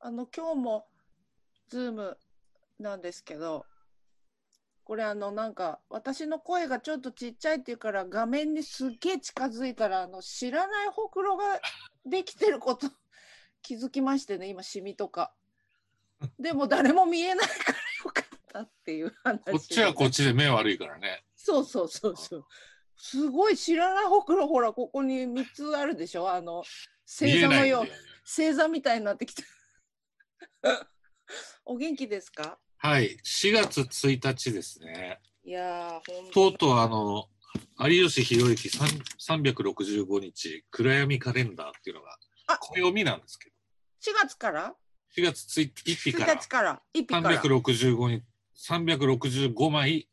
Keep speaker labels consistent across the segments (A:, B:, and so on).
A: あの、今日も、ズームなんですけど、これあの、なんか、私の声がちょっとちっちゃいっていうから、画面にすっげえ近づいたら、あの、知らないほくろができてること 気づきましてね、今、シミとか。でも誰も見えないからよかったっていう話。
B: こっちはこっちで目悪いからね。
A: そうそうそうそう。すごい知らないほくろ、ほら、ここに3つあるでしょあの、星座のよう、星座みたいになってきた。 お元気ですか
B: はい、4月1日ですね。
A: いやー、
B: とうとうあの、有吉弘行365日暗闇カレンダーっていうのが、これ読みなんですけど。
A: 4月から
B: 4月 1, 1日から。
A: 1日から。
B: 1日から。365日、365枚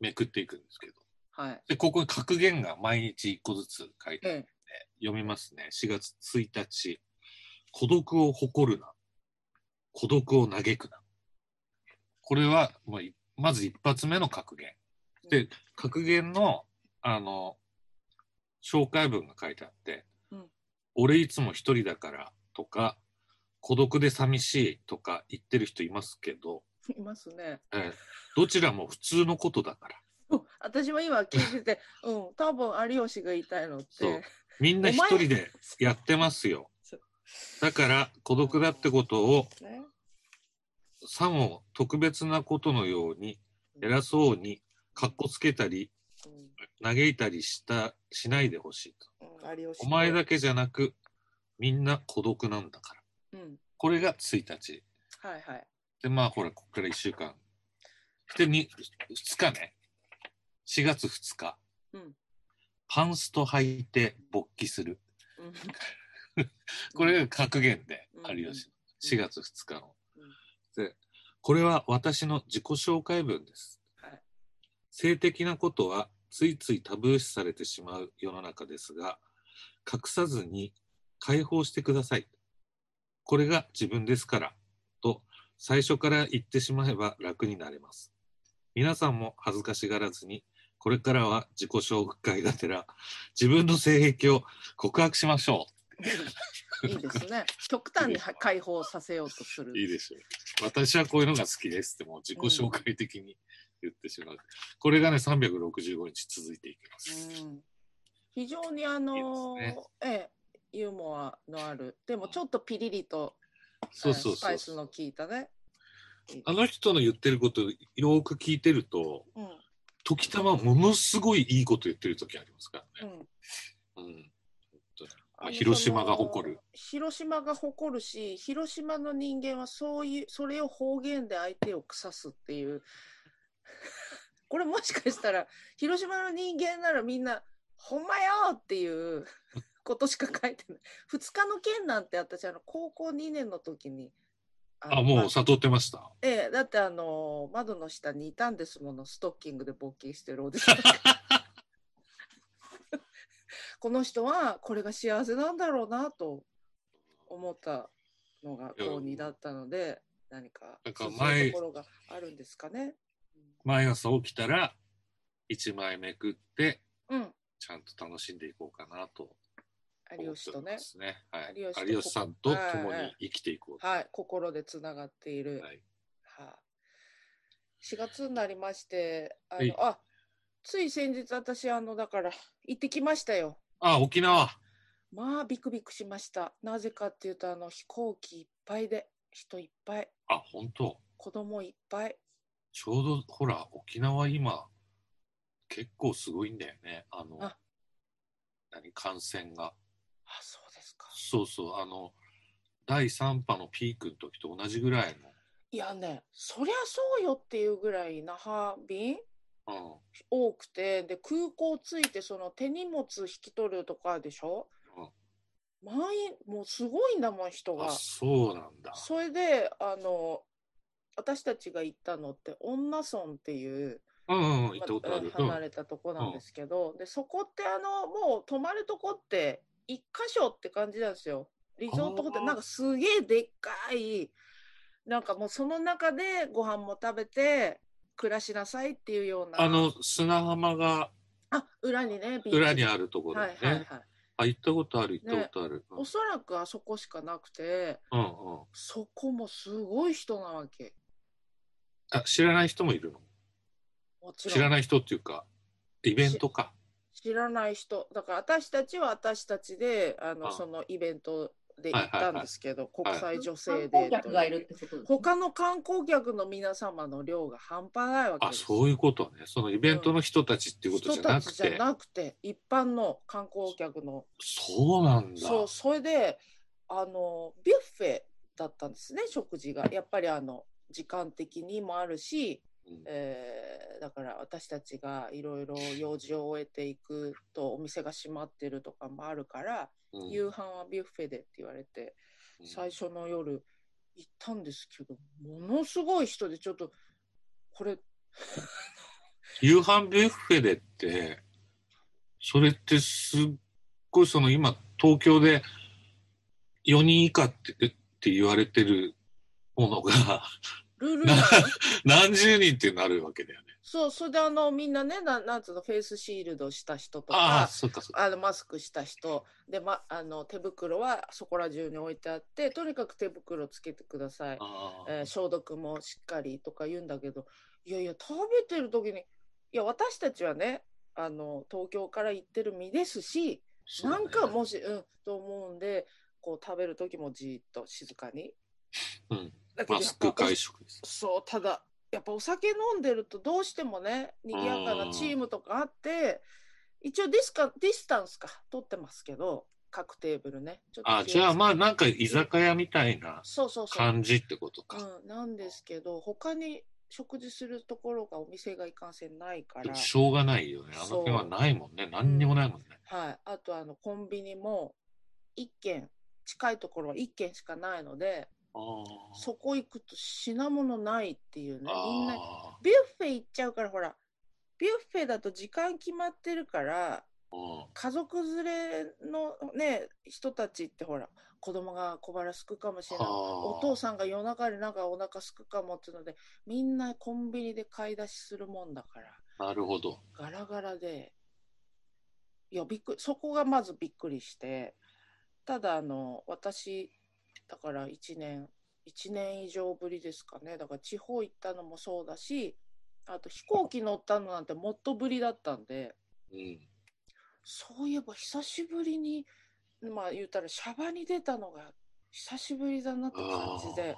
B: めくっていくんですけど。
A: はい。
B: で、ここに格言が毎日1個ずつ書いてあるんで、うん、読みますね。4月1日。孤独を誇るな。孤独を嘆くな。これは、もう、まず一発目の格言。で、格言の、あの、紹介文が書いてあって、
A: うん、
B: 俺いつも一人だからとか、孤独で寂しいとか言ってる人いますけど。
A: いますね。
B: えー、どちらも普通のことだから。
A: 私も今聞いて て、うん、多分有吉が言いたいのって。
B: みんな一人でやってます よ。だから孤独だってことを、ね、さも特別なことのように、偉そうに、かっこつけたり、うん、嘆いたりしたしないでほしいと、
A: うん、
B: お前だけじゃなく、みんな孤独なんだから。
A: うん、
B: これが1日。
A: はいはい。
B: で、まあほら、ここから1週間。で、2, 2日ね。4月2
A: 日。うん、
B: パンスト履いて勃起する。うん、 これが格言で、有吉。4月2日の。で、これは私の自己紹介文です。
A: はい、
B: 性的なことはついついタブー視されてしまう世の中ですが、隠さずに解放してください。これが自分ですから、と最初から言ってしまえば楽になれます。皆さんも恥ずかしがらずに、これからは自己紹介がてら、自分の性癖を告白しましょ
A: う。いいですね。極端に解放させようとする。
B: いいでしょう。私はこういうのが好きですって、もう自己紹介的に言ってしまう。うん、これがね、365日続いていきます。うん、
A: 非常にあのーね、ええ、ユーモアのあるでもちょっとピリリとスパイスの効いたね
B: あの人の言ってることよく聞いてると、
A: うん、
B: 時たまものすごいいいこと言ってる時ありますからね、うん、うん、広島が誇る
A: 広島が誇るし広島の人間はそういうそれを方言で相手を腐すっていう これもしかしたら広島の人間ならみんな「ほんまよ!」っていう ことしか書いてない。2日の件なんて私あの高校2年の時に。
B: あもう悟ってました。
A: ええ、だってあの窓の下にいたんですものストッキングで勃起してるおじ さん。この人はこれが幸せなんだろうなと思ったのが高2だったので何か
B: そういう
A: ところがあるんですかね。
B: 毎朝起きたら1枚めくって、
A: うん、
B: ちゃんと楽しんでいこうかなと
A: 有吉とね、
B: ねはい、有吉有吉さんと共に生きていこ
A: う、はい、はい、心でつながっている、
B: はい
A: はあ、4月になりましてあの、あつい先日私あのだから行ってきましたよ
B: あ沖縄
A: まあビクビクしましたなぜかっていうとあの飛行機いっぱいで人いっぱい
B: あ本当
A: 子供いっぱい
B: ちょうどほら沖縄今結構すごいんだよねあの
A: あ
B: 何感染が
A: あそうですか
B: そうそうあの第3波のピークの時と同じぐらいの
A: いやねそりゃそうよっていうぐらい那覇便、
B: うん、
A: 多くてで空港着いてその手荷物引き取るとかでしょ、
B: うん、
A: 満員もうすごいんだもん人が
B: そうなんだ
A: それであの私たちが行ったのって女村っていう
B: うんうん、行ったことある、
A: 離れたとこなんですけど、うん、でそこってあのもう泊まるとこって一箇所って感じなんですよ。リゾートホテル、なんかすげえでっかい、なんかもうその中でご飯も食べて、暮らしなさいっていうような。
B: あの、砂浜が。
A: あ、裏にね、
B: 裏にあるところ、ね、
A: はいはいはい。
B: あ、行ったことある、行ったことある。うん
A: おそらくあそこしかなくて
B: うんうん。
A: そこもすごい人なわけ
B: あ、知らない人もいるの
A: もちろん
B: 知らない人っていうか、イベントか。
A: 知らない人だから私たちは私たちであの
B: あ
A: そのイベントで行
B: はいはい
A: ったんですけど、
B: はい
A: 国際女性
C: 観
A: デ
C: 光
A: ート
C: 客がいるってことですね
A: 他の観光客の皆様の量が半端ないわけ
B: あ、
A: です
B: そういうことね。そのイベントの人たちっていうことじ
A: 人
B: ゃな
A: た
B: く
A: ちじゃ
B: て。
A: なくて一般の観光客の
B: そうなんだ。
A: そうそれであのビュッフェだったんですね食事がやっぱりあの時間的にもあるし、
B: うん
A: えーだから私たちがいろいろ用事を終えていくとお店が閉まってるとかもあるから、
B: うん
A: 夕飯はビュッフェでって言われて
B: うん
A: 最初の夜行ったんですけどものすごい人でちょっとこれ
B: 夕飯ビュッフェでって、それってすっごいその今、東京で4人以下ってって言われてるものが
A: ルールなの
B: 何十人ってなるわけだよね。
A: そうそれであのみんなねななんつうのフェイスシールドした人と
B: ああ、
A: か
B: そっかそっか。
A: あのマスクした人で、ま、あの手袋はそこら中に置いてあってとにかく手袋つけてください、
B: ああ
A: えー消毒もしっかりとか言うんだけどいやいや食べてる時にいや私たちはねあの東京から行ってる身ですし、
B: そうだ
A: な
B: ね
A: んかもしうんと思うんでこう食べる時もじーっと静かに。
B: うん
A: だけど
B: マスク
A: やっぱ
B: 外食です。
A: そうただやっぱお酒飲んでるとどうしてもね賑やかなチームとかあって一応ディスカディスタンスか取ってますけど各テーブルねちょっと
B: あじゃあまあなんか居酒屋みたいな
A: そうそうそう、
B: 感じってことか。
A: うん、なんですけど他に食事するところがお店がいかんせんないから、はい、
B: しょうがないよね。あの
A: そう
B: 辺はないもんね。何にもないもんね。
A: あとあのコンビニも1軒近いところは1軒しかないので
B: あ
A: そこ行くと品物ないっていうね
B: あ
A: みんな
B: あ
A: ビュッフェ行っちゃうからほらビュッフェだと時間決まってるから
B: あうん
A: 家族連れのね人たちってほら子供が小腹すくかもしれない
B: あー
A: お父さんが夜中になんかお腹すくかもっていうのでみんなコンビニで買い出しするもんだから
B: なるほど。
A: ガラガラでいやびっくりそこがまずびっくりしてただあの私だから1年1年以上ぶりですかねだから地方行ったのもそうだしあと飛行機乗ったのなんてもっとぶりだったんで
B: うん
A: そういえば久しぶりにまあ言うたらシャバに出たのが久しぶりだなって感じで。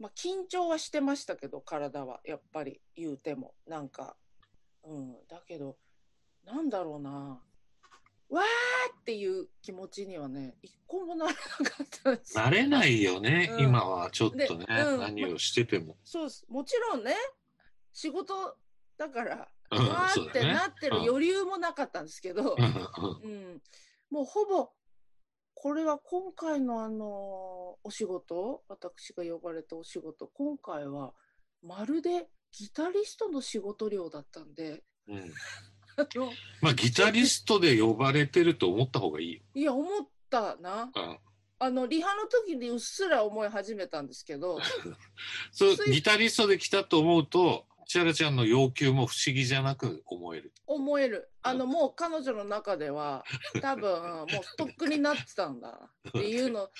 A: まあ、緊張はしてましたけど体はやっぱり言うてもなんかうんだけどなんだろうなわーっていう気持ちにはね一個もならなかったです
B: 慣れないよね、
A: うん
B: 今はちょっとね、
A: でうん
B: 何をしてても。
A: そうですもちろんね仕事だから、
B: うん
A: わ
B: そ
A: ー
B: う
A: っ
B: だ
A: て
B: ね
A: なってる
B: うん
A: 余裕もなかったんですけど、
B: うんうん
A: うん、もうほぼこれは今回のあのお仕事私が呼ばれたお仕事今回はまるでギタリストの仕事量だったんで
B: うん
A: あの
B: まあギタリストで呼ばれてると思った方がいいよ。
A: いや思ったな
B: うん、
A: あのリハの時にうっすら思い始めたんですけど
B: そう
A: つい
B: ギタリストで来たと思うと千原ちゃんの要求も不思議じゃなく思える。
A: 思えるあのもう彼女の中で は多分もうとっくになってたんだっていうの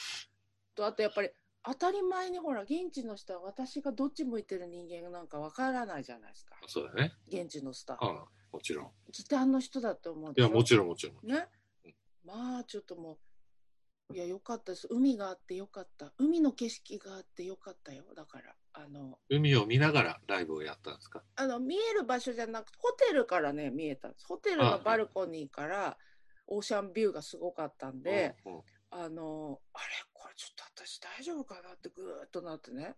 A: とあとやっぱり当たり前にほら現地の人は私がどっち向いてる人間なんかわからないじゃないですか
B: そうだね、
A: 現地のスタッフ
B: うん、もちろん。
A: ギターの人だと思う
B: い
A: でしょ
B: やもちろんもちろん。
A: ねまあちょっともういやよかったです海があってよかった海の景色があってよかったよだからあの
B: 海を見ながらライブをやったんですか。
A: あの見える場所じゃなくてホテルからね見えたんですホテルのバルコニーからオーシャンビューがすごかったんで、
B: うんうん
A: あのあれこれちょっと私大丈夫かなってぐーっとなってね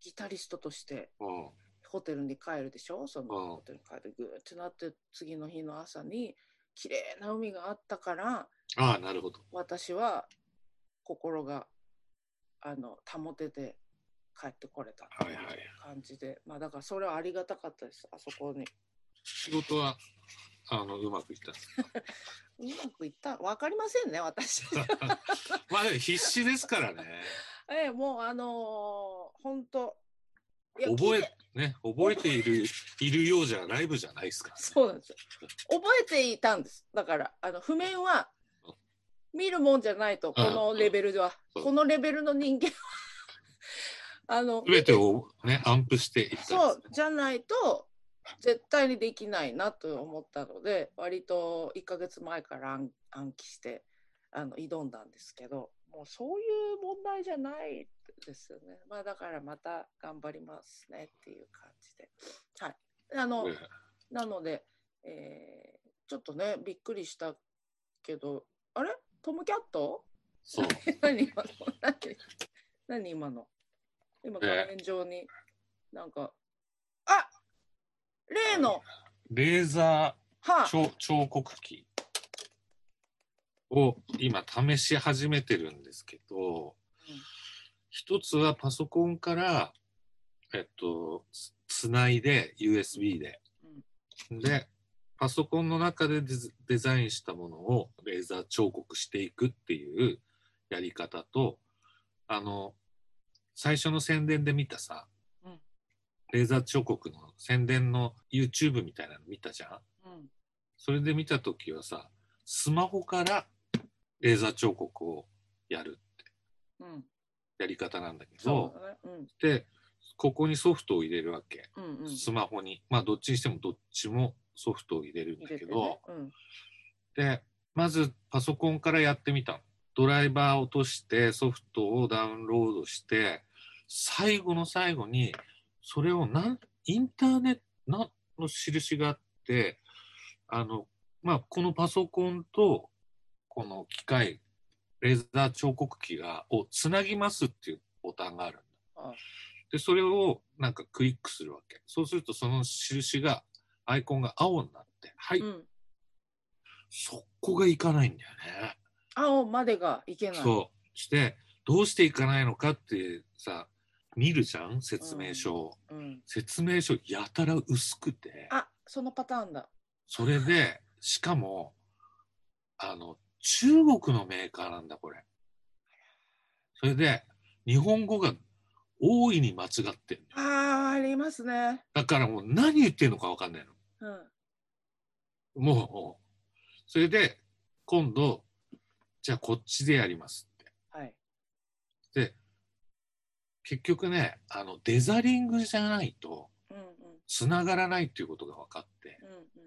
A: ギタリストとして
B: うん
A: ホテルに帰るでしょその
B: うん
A: ホテルに帰ってぐーってなって次の日の朝に綺麗な海があったから
B: ああなるほど。
A: 私は心があの保てて帰ってこれたっていう
B: はいはい
A: 感じで、まあだからそれはありがたかったですあそこに
B: 仕事はあのうまくいったんですか。
A: うまくいったわかりませんね 私
B: まあでも必死ですからね。
A: ええもうあのー、ほんといや
B: 覚
A: 聞いて
B: えね覚えているいるようじゃライブじゃないですからね。
A: そうなんですよ覚えていたんですだからあの譜面は見るもんじゃないと、このレベルでは。
B: うん
A: このレベルの人間は あの、
B: 全てをね、アンプしていったん
A: そ
B: です
A: うじゃないと絶対にできないなと思ったので割と1ヶ月前から暗暗記してあの挑んだんですけどもうそういう問題じゃないですよねまあだからまた頑張りますねっていう感じではいあの、
B: ね。
A: なので、えーちょっとねびっくりしたけどあれトムキャット
B: そう。
A: 何今の何何今の今
B: え
A: 画面上になんか、あ例の
B: レーザ
A: は
B: ー彫彫刻機を今試し始めてるんですけど
A: うん、
B: 一つはパソコンから、えっと、つつないで USB で。で、パソコンの中でデザデザインしたものをレーザー彫刻していくっていうやり方と、あの、最初の宣伝で見たさ、
A: うん
B: レーザー彫刻の宣伝の YouTube みたいなの見たじゃ
A: う
B: ん
A: ん
B: それで見た時はさ、スマホからレーザー彫刻をやる
A: うん
B: やり方なんだけ
A: そ
B: ど
A: う、だね
B: で、ここにソフトを入れるわけ。
A: うんうんうん
B: スマホに。まあ、どっちにしてもどっちもソフトを入れるん
A: 入
B: だ
A: れ
B: け
A: て
B: ど、
A: ねうん
B: で、まずパソコンからやってみたの。ドライバーを落として、ソフトをダウンロードして、最後の最後に、それをなん、インターネットなの印があって、あの、まあ、このパソコンと、この機械、レーザー彫刻機が、をつなぎますっていうボタンがあるん
A: あ
B: だ。で、それをなんかクリックするわけ。そうすると、その印が、アイコンが青になって、はい、
A: うん
B: そこがいかないんだよね。
A: 青までがいけない
B: そう。して、どうしていかないのかってさ、見るじゃん説明書を、
A: う、ん、
B: 説明書やたら薄くて、
A: あそのパターンだ
B: それで、しかも、あの、中国のメーカーなんだ、これ。それで、日本語が大いに間違ってる。
A: あーありますね
B: だからもう何言ってんのかわかんないの。
A: うん
B: もう、それで、今度、じゃあこっちでやりますって。
A: はい
B: 結局ねあのデザリングじゃないと
A: うんうん
B: 繋がらないっていうことが分かって
A: うん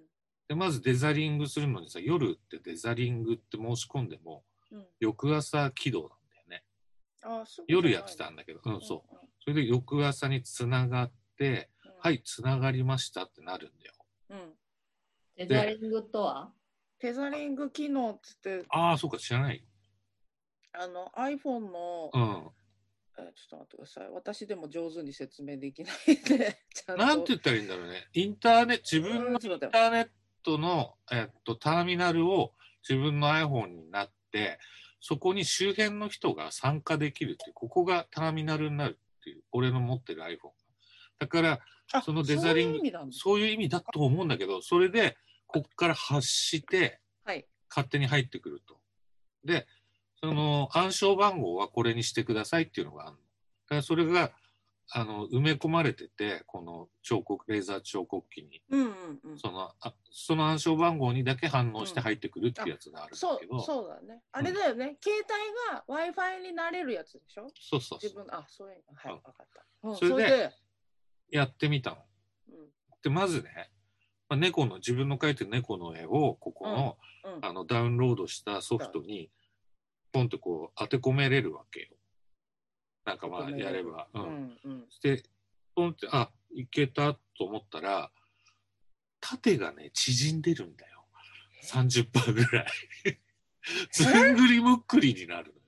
B: でまずデザリングするのにさ夜ってデザリングって申し込んでも
A: うんうん
B: 翌朝起動なんだよね
A: あすぐ
B: 夜やってたんだけどうんそう
A: うん
B: それで翌朝に繋がって
A: うん
B: はい繋がりましたってなるんだよ
A: うん
C: デザリングとは
A: テザリング機能っつって
B: ああそうか知らない
A: あの iPhone の
B: うん
A: えーちょっと待ってください。私でも上手に説明できないんで。ちゃんと
B: なんて言ったらいいんだろうねインターネット自分
A: う
B: の
A: んちょっと
B: イン
A: 待って
B: ターネットの、えっと、ターミナルを自分の iPhone になって、そこに周辺の人が参加できるっていう、ここがターミナルになるっていう、俺の持ってる iPhone。だから、
A: あ
B: そのデザリン
A: そ
B: グ
A: ういう意味なんです
B: そういう意味だと思うんだけど、それで、こっから発して、
A: はい。
B: 勝手に入ってくると。で、その暗証番号はこれにしてくださいっていうのがあるの。だからそれが、あの、埋め込まれてて、この彫刻、レーザー彫刻機に。
A: うんうんうん。
B: そのあその暗証番号にだけ反応して入ってくるっていうやつがあるんだ
A: そう
B: けど、そう
A: そうだね。あれだよね。携帯が Wi-Fi になれるやつでしょ
B: そうそう
A: 自分、あ、そういうの。はい、
B: うん
A: わかった。うん
B: それでやってみたの。
A: それで
B: でまずね、まあ、猫の自分の描いてる猫の絵をここの,、
A: うんうん
B: あのダウンロードしたソフトにポンとこう当て込めれるわけよ。なんかま
A: 当
B: あ
A: て込め
B: や
A: れ
B: れ
A: る
B: ば。
A: う
B: うん
A: んうん
B: でポンってあいけたと思ったら縦がね縮んでるんだよ30%ぐらい。ずんぐりむっくりになるのよ。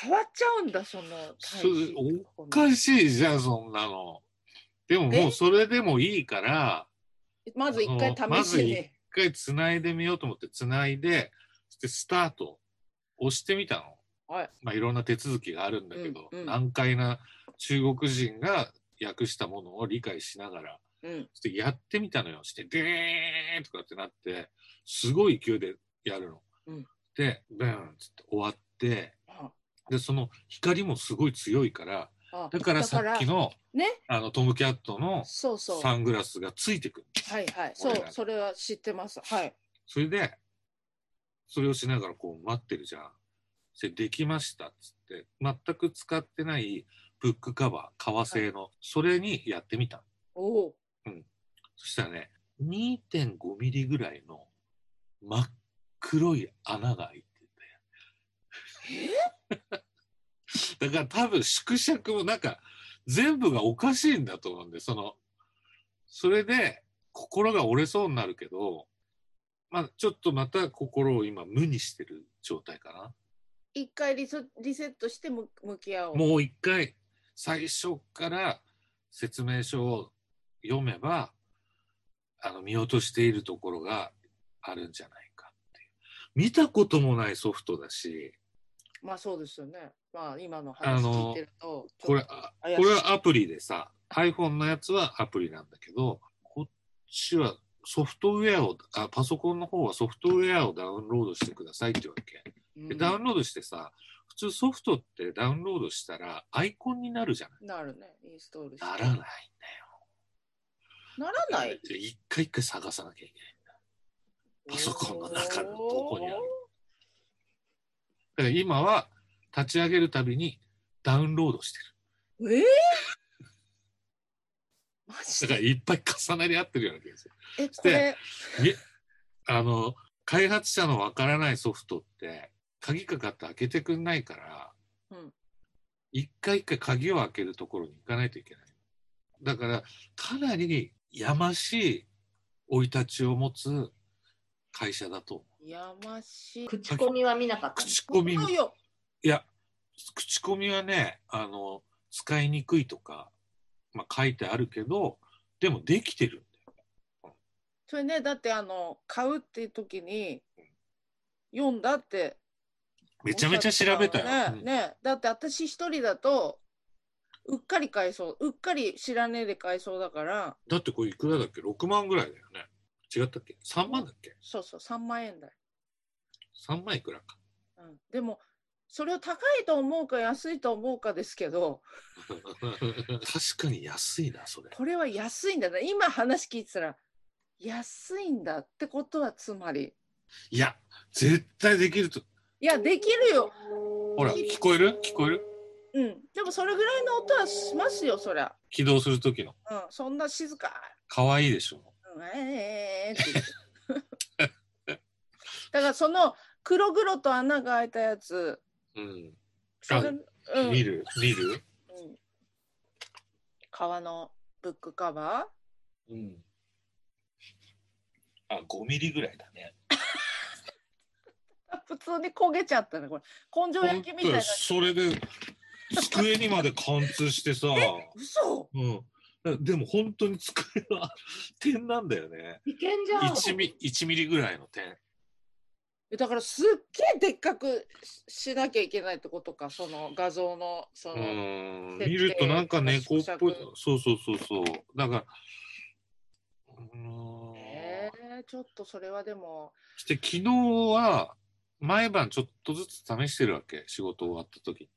A: 変わっちゃうんだ、その
B: す
A: 対比
B: おかしいじゃん、そんなの。でももう
A: え
B: それでもいいから、
A: まず一回
B: あのま
A: 試
B: ず
A: し
B: 一
A: に。
B: 回繋いでみようと思って繋いで、そしてスタート押してみたの。
A: はい
B: まあいろんな手続きがあるんだけど、
A: うんうん
B: 難解な中国人が訳したものを理解しながら、
A: うん。
B: そしてやってみたのよ。して、でーンとかってなって、すごい勢いでやるの。
A: うん
B: で、ブーンっつって終わって、
A: あ
B: で、その光もすごい強いから、
A: あ
B: だからさっきの、
A: ね
B: あのトムキャットの
A: そうそう。
B: サングラスがついてくる。
A: はいはい。
B: こ
A: そ
B: れ
A: う
B: が、
A: それは知ってます。はい。
B: それで、それをしながらこう待ってるじゃん。で、できましたっつって、全く使ってないブックカバー、革製の、それにやってみたの。
A: おお。
B: そしたらね、2.5ミリぐらいの真っ黒い穴が開いて て。だから多分縮尺もなんか全部がおかしいんだと思うんで、その、それで心が折れそうになるけど、まあちょっとまた心を今無にしてる状態かな。
A: 一回リソリセットしてむ向き合おう。
B: もう一回最初から説明書を読めばあの見落としているところがあるんじゃないかっていう見たこともないソフトだし
A: まあそうですよね。まあ今の
B: あ
A: 話
B: の
A: 聞いてると。ちょっと
B: これあ
A: 怪しい
B: これはアプリでさ iPhone のやつはアプリなんだけどこっちはソフトウェアをあパソコンの方はソフトウェアをダウンロードしてくださいって言わけ
A: う
B: で
A: ん
B: ダウンロードしてさ普通ソフトってダウンロードしたらアイコンになるじゃない
A: なるね。インストールして。
B: ならないんだよ
A: ならない。
B: じゃあ一回一回探さなきゃいけない。 パソコンの中のどこにあるだから今は立ち上げるたびにダウンロードして
A: お ーえー、マ
B: る。
A: ジ
B: だ
A: で
B: からいっぱい重なり合ってるような気がする。
A: え、これ、
B: あの、開発者のわからないソフトって、鍵かかって開けてくんないから、
A: うん
B: 一回一回鍵を開けるところに行かないといけない。だから、かなりやましい生い立ちを持つ会社だと思う。
A: やましい。
C: 口コミは見なかったの。
B: 口コミ
A: そうよ。
B: いや、口コミはね、あの、使いにくいとか、まあ、書いてあるけど、でもできてるんだよ。
A: それね、だってあの、買うっていう時に、読んだって
B: めちゃめちゃ調べたよ。
A: ね,、
B: うん
A: ねだって私一人だとうっかり買いそううっかり知らねえで買いそうだから
B: だってこれいくらだっけ ?6 万ぐらいだよね。違ったっけ ?3 万だっけ
A: そうそう3万円台、
B: ?3 万いくらか。
A: うん、でもそれを高いと思うか安いと思うかですけど
B: 確かに安いな、それ。
A: これは安いんだな今話聞いてたら安いんだってことはつまり
B: いや、絶対できると。
A: いやできるよ
B: ほら、聞こえる聞こえる
A: うんでもそれぐらいの音はしますよそりゃ
B: 起動する時の。
A: うんそんな静か
B: 可愛いでしょ。
A: うんえーって言って だからその黒々と穴が開いたやつ
B: うん。
A: それ
B: あ
A: うん
B: 見る見る
A: うん革のブックカバ
B: うん。あ、5ミリぐらいだね。
A: ー 普通に焦げちゃったねこれ根性焼きみたいな
B: 本当それで机にまで貫通してさ、
A: 嘘
B: うん、でも本当に机は点なんだよね
C: いけんじゃん。
B: 1ミ1ミリぐらいの点
A: だからすっげえでっかくししなきゃいけないってことかその画像のそうの、
B: ん
A: 設定
B: 見るとなんか猫っぽい
A: 縮尺
B: そうそうそうそうだからうーん
A: えー、ちょっとそれはでも
B: して昨日は毎晩ちょっとずつ試してるわけ仕事終わった時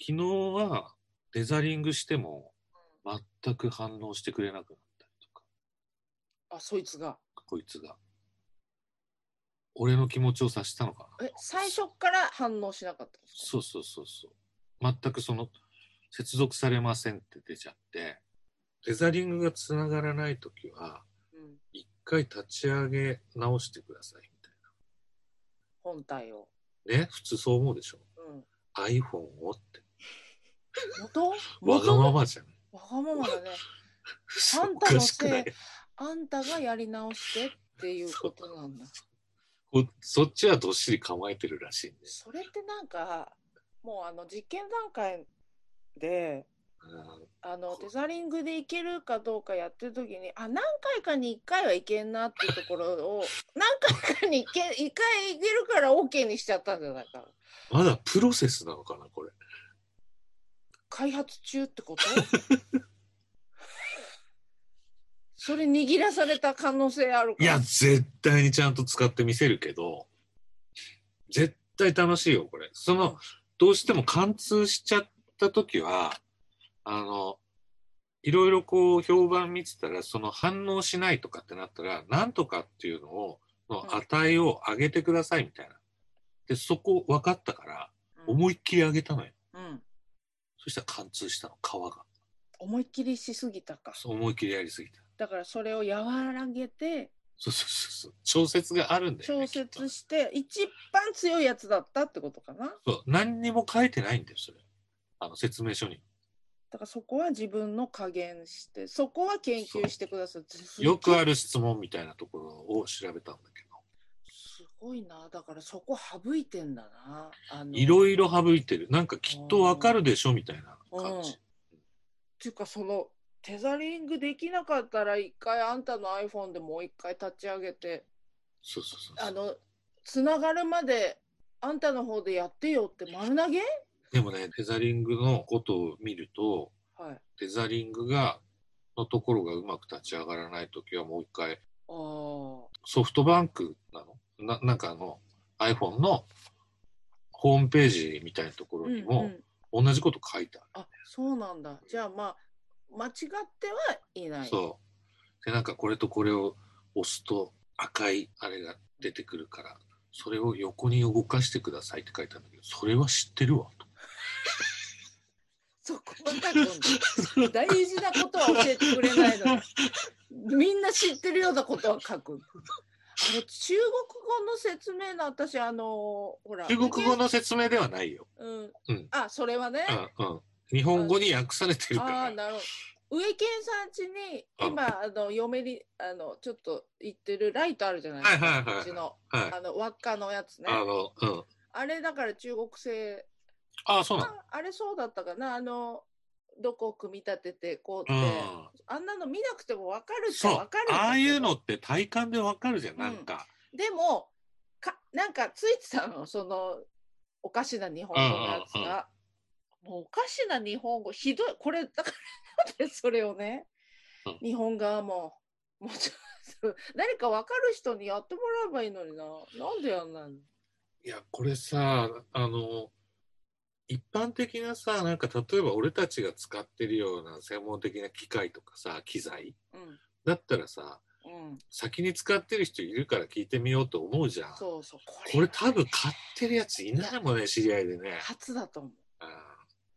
B: 昨日はレザリングしても全く反応してくれなくなったりとか
A: あそいつが
B: こいつが。俺の気持ちを察したのかな。
A: え最初から反応しなかったんですか
B: そうそうそうそう。全くその、接続されませんって出ちゃって、レザリングがつながらないときは、
A: うん、
B: 一回立ち上げ直してくださいみ
A: 本体を、
B: たいな。ね、普通そう思うでしょ。
A: うん、
B: iPhone をって。
A: 元
B: わが
A: 元
B: ままじゃない。
A: わがままだね
B: 嘘
A: あん
B: お
A: たの
B: かしくない
A: せあんたがやり直してっていうことなんだ
B: こそっちはどっしり構えてるらしいんで
A: それってなんかもうあの実験段階であのテザリングでいけるかどうかやってる時にあ何回かに1回はいけんなっていうところ を何回かに1回いけるから OK にしちゃったんじゃないかな
B: まだプロセスなのかな、これ。
A: 開発中って ことそれ握らされた可能性あるか
B: いや、
A: ら
B: 絶対にちゃんと使ってみせるけど、絶対楽しいよ、これ。その、どうしても貫通しちゃった時は、あの、いろいろこう、評判見てたら、その反応しないとかってなったら、なんとかっていうのを、の値を上げてくださいみたいなで、そこ分かったから、
A: うん
B: 思いっきり上げたのよ。
A: うん、
B: そしたら貫通したの、皮が。
A: 思いっきりしすぎたか
B: そう思いっきりやりすぎた。
A: だからそれを和らげて
B: そうそうそうそう。調節があるんだよ、
A: 調
B: ね。きっと
A: 節して一番強いやつだったってことかなだ
B: そう。何にも書いてないんだよ、それ。あの、説明書に。
A: からそこは自分の加減してそこは研究してください
B: よくあ
A: る
B: る質問みたいなところを調べたんだけど。
A: すごいなだからそこ省いてんだなあの
B: いろいろ省いてる。なんかきっとわかるでしょみたいな感
A: うん
B: じ。
A: っていうかそのテザリングできなかったら一回あんたの iPhone でもう一回立ち上げて
B: そうそうそう
A: あのつながるまであんたの方でやってよって丸投げ
B: でもね、テザリングのことを見ると、
A: はい
B: テザリングが、のところがうまく立ち上がらないときはもう一回、
A: あー
B: ソフトバンクなのななんかあの iPhone のホームページみたいなところに
A: う
B: も
A: ん
B: 同じこと書いてある。
A: あそうなんだじゃあまあ間違ってはいない
B: そう。で、なんかこれとこれを押すと赤いあれが出てくるから、それを横に動かしてくださいって書いてあるんだけど、それは知ってるわと。
A: そこは書くんだ大事なことは教えてくれないのにみんな知ってるようなことは書くあの中国語の説明の私あのほら
B: 中国語の説明ではないよ。
A: うん
B: うん
A: あそれはね、
B: うんうん。日本語に訳されてる
A: ああ
B: か
A: ー
B: ら。
A: なるほど上健さん家に今あの嫁にあのちょっと行ってるライトあるじゃないですか、
B: はいはいはいはいう
A: ちの
B: はい。
A: あの輪っかのやつね
B: あの、うん。
A: あれだから中国製
B: ああ、そうなの。
A: ああれそうだったかなあのどこを組み立ててこう
B: う
A: って、
B: ん。
A: あんなの見なくても分かるっちゃ
B: そ
A: 分
B: う
A: かるんだけど
B: ああいうのって体感でわかるじゃん、なんか、
A: でもかなんかついてたのそのおかしな日本語のやつ
B: うんうん
A: が、もうおかしな日本語ひどいこれだからなんでそれをね、
B: うん
A: 日本側ももうちょっと誰か分かる人にやってもらえばいいのにななんでやんないの
B: いやこれさあの一般的なさなんか例えば俺たちが使ってるような専門的な機械とかさ機材だったらさ
A: うんうん
B: 先に使ってる人いるから聞いてみようと思うじゃんこ
A: そうそうこ
B: れ多分買ってるやついないもんね知り合いでね
A: 初だと思う
B: あー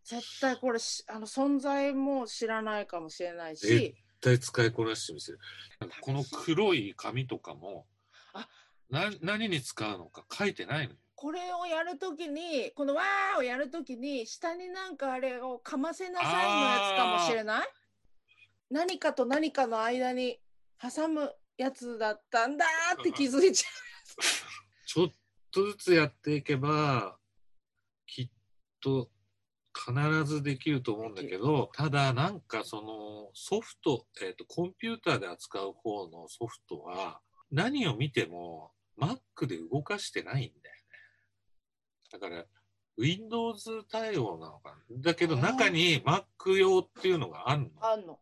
A: 絶対これしあの存在も知らないかもしれない
B: え
A: し
B: 絶対使いこなしてみせるなんかこの黒い紙とかも
A: あ
B: な何に使うのか書いてないのよ
A: これをやるときにこの「わー」をやるときに下になんかあれをかませなさいのやつかもしれない何かと何かの間に挟むやつだったんだーって気づいちゃ
B: ちょっとずつやっていけば、きっと必ずできると思うんだけど、ただなんかそのソフト、えっ、と、コンピューターで扱う方のソフトは、何を見ても Mac で動かしてないんだよね。だから、Windows 対応なのかな。だけど
A: あー
B: 中に Mac 用っていうのがあるの。
A: うあんの、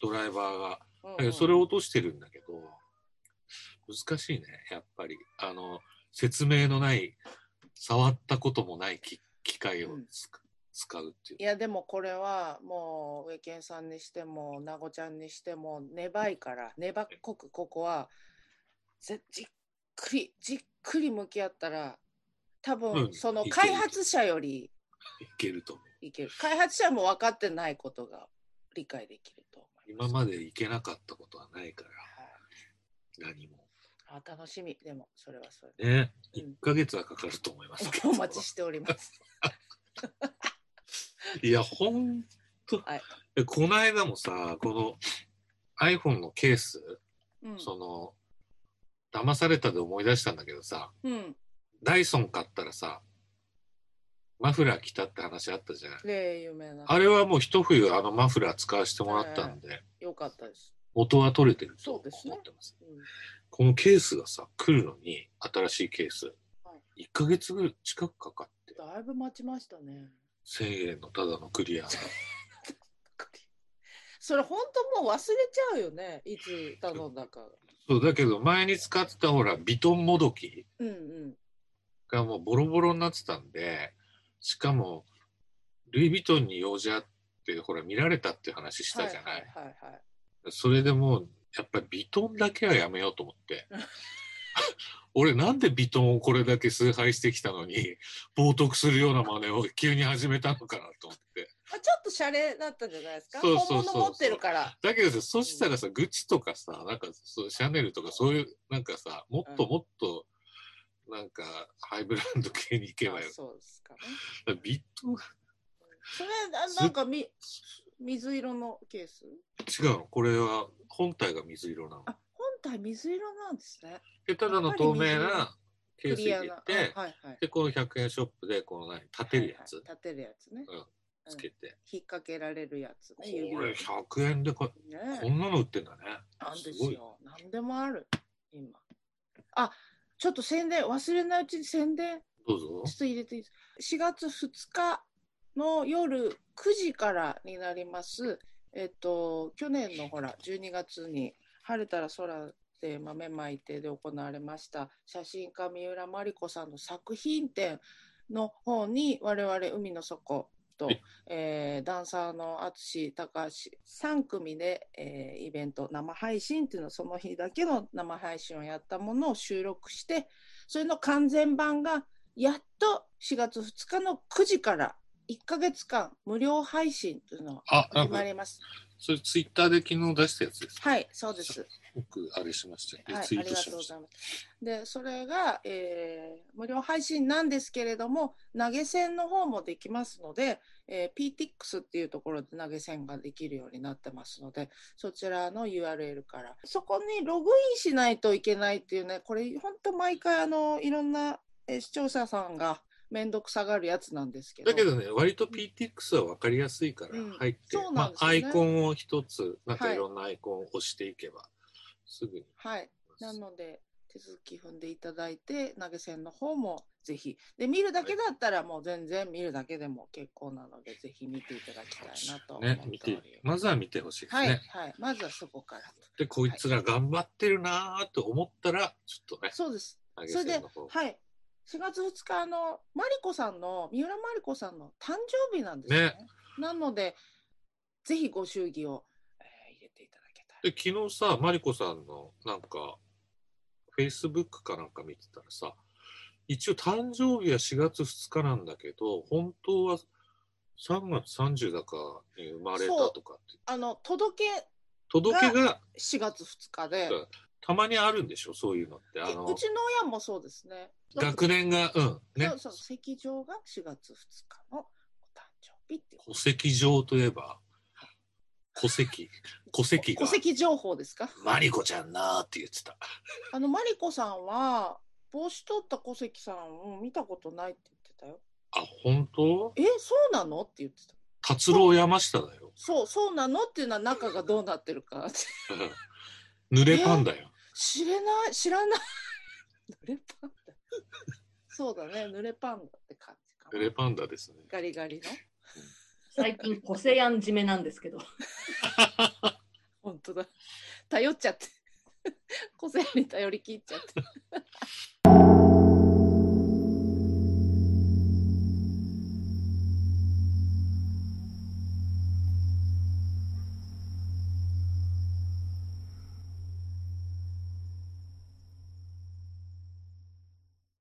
B: ドライバーが。
A: うん
B: だけどそれを落としてるんだけど、難しいね、やっぱり。あの、説明のない、触ったこともない機機械をつく使うってい
A: い
B: う。
A: やでもこれはもう植健さんにしてもなごちゃんにしても粘いから粘っこくここはぜじっくりじっくり向き合ったら多
B: うん
A: 分そ
B: い
A: の
B: ける
A: 開発者より
B: いけると思う。
A: いける開発者も分かってないことが理解できると思いま
B: 今
A: す。
B: までいけなかったことはないか
A: はい
B: ら、何も。
A: あ楽しみでもそれはそれで
B: ね、
A: うん
B: 1ヶ月はかかると思いますけど。
A: お待ちしております。
B: いや、ほんと、
A: はい
B: えこの間もさ、この iPhone のケース、
A: うん
B: その、騙されたで思い出したんだけどさ、
A: うん
B: ダイソン買ったらさ、マフラー着たって話あったじゃない。
A: ねえ有名な
B: あれはもう一冬あのマフラー使わせてもらったんで、
A: よかったです。
B: 元は取れてると
A: そ
B: 思
A: うで
B: って
A: すね
B: ます。
A: うん
B: このケースがさ、来るのに、新しいケース
A: は、
B: 1ヶ月ぐらい近くかかって、
A: だいぶ待ちましたね。
B: 1000円のただのクリアが。
A: それ本当もう忘れちゃうよねいつ頼んだか。
B: そう、だけど前に使ってたほら、ビトンもどき
A: うんうん。
B: がもうボロボロになってたんで、しかも、ルイ・ヴィトンに用事あって、ほら、見られたって話したじゃない。
A: はいはいはいはい。
B: それでもう、やっぱりビトンだけはやめようと思って。俺なんでビトンをこれだけ崇拝してきたのに、冒涜するような真似を急に始めたのかなと思って。
A: あちょっと洒落だったんじゃないですか
B: そうそうそうそう
A: 本物持ってるから
B: だけどさ、そしたらさ、グッチとかさ、なんかそう、シャネルとかそういう、なんかさ、もっと
A: うん
B: もっと、なんか、ハイブランド系に行けばよ
A: あ。そうですかね
B: ビット
A: それあなんかみ水色のケース
B: 違うのこれは本体が水色なの。
A: あ本体水色なんですね
B: で、ただの透明なケー
A: ク
B: スに
A: リア
B: 入
A: な
B: れて
A: あ、はいはい
B: で、この100円ショップで、この何、立てるやつ
A: はいはい立てるやつね
B: つけて。
A: 引っ掛けられるやつね指
B: これ
A: ね
B: 100円でこ、こんなの売ってんだね。
A: なんです
B: ごい
A: すよ。何でもある。今。あ、ちょっと宣伝、忘れないうちに宣伝、
B: どうぞ
A: ちょ。っと入れていいですか ?4 月2日の夜9時からになります。えっと、去年のほら、12月に、晴れたら空で豆まいてで行われました、写真家三浦真理子さんの作品展の方に、我々海の底、と
B: はい、
A: えーダンサーの淳高橋3組で、えーイベント生配信っていうのその日だけの生配信をやったものを収録してそれの完全版がやっと4月2日の9時から1ヶ月間無料配信というのが
B: あ、なん
A: 始
B: か
A: ま、ります。
B: それツイッターで昨日出したやつです。
A: はい、そうです。
B: 僕、あれしました
A: は
B: よ。
A: い、
B: ツイ
A: あ
B: ー
A: り
B: ト
A: がと
B: し
A: う
B: ま
A: ご
B: し
A: ざ
B: た。
A: います。で、それが、えー無料配信なんですけれども、投げ銭の方もできますので、えー、PTX っていうところで投げ銭ができるようになってますので、そちらの URL から。そこにログインしないといけないっていうね、これ、本当毎回、あの、いろんな、えー視聴者さんがめんどくさがるやつなんですけど。
B: だけどね、割と PTX は分かりやすいから
A: うん
B: 入って、
A: そうなん
B: ま
A: ですよ
B: あ、ア
A: ね
B: イコンを一つ、なんか
A: はい
B: いろんなアイコンを押していけば、すぐに。
A: はい。なので、手続き踏んでいただいて、投げ銭の方もぜひ。で、見るだけだったら、もう全然見るだけでも結構なので、ぜひ見ていただきたいなと思って
B: ね
A: お、
B: 見て
A: り、ま
B: まずは見てほしいです
A: す。は
B: ね。
A: い、はい。まずはそこからと。
B: で、こいつら頑張ってるなーと思ったら、ちょっとね、
A: そうです。
B: 投げ
A: それ
B: 銭
A: で
B: の方、。
A: はい。4月2日、あの、マリコさんの、三浦マリコさんの誕生日なんですね。
B: ね
A: なので、ぜひご祝儀を、えー入れていただけたら。
B: で、昨日さ、マリコさんの、なんか、Facebook かなんか見てたらさ、一応誕生日は4月2日なんだけど、本当は3月30だかに生まれたとかって。
A: あの、届け
B: 届けが、
A: 4月2日で、
B: そうたまにあるんでしょそういうのって。あ
A: えうちの
B: の、
A: 親もそうですね。
B: 学年が、うん、ね
A: そう。そう、席上が4月2日のお誕生日っていう。
B: 戸籍上といえば、戸籍、戸籍
A: 戸
B: が、
A: 籍情報ですか
B: マリコちゃんなーって言ってた。
A: あの、マリコさんは、帽子取った戸籍さんを見たことないって言ってたよ。
B: あ、本当
A: え、そうなのって言ってた。
B: 達郎山下だよ。
A: そう、そうなのっていうのは中がどうなってるか。
B: うん濡れパンだよ。
A: 知れない、知らない。濡れパンダ。そうだね、濡れパンダって感じか
B: 濡
A: な
B: れ。パンダですね。
A: ガリガリの。
C: 最近、個性やんじめなんですけど。
A: 本当 だ。頼っちゃって。個性に頼り切っちゃって。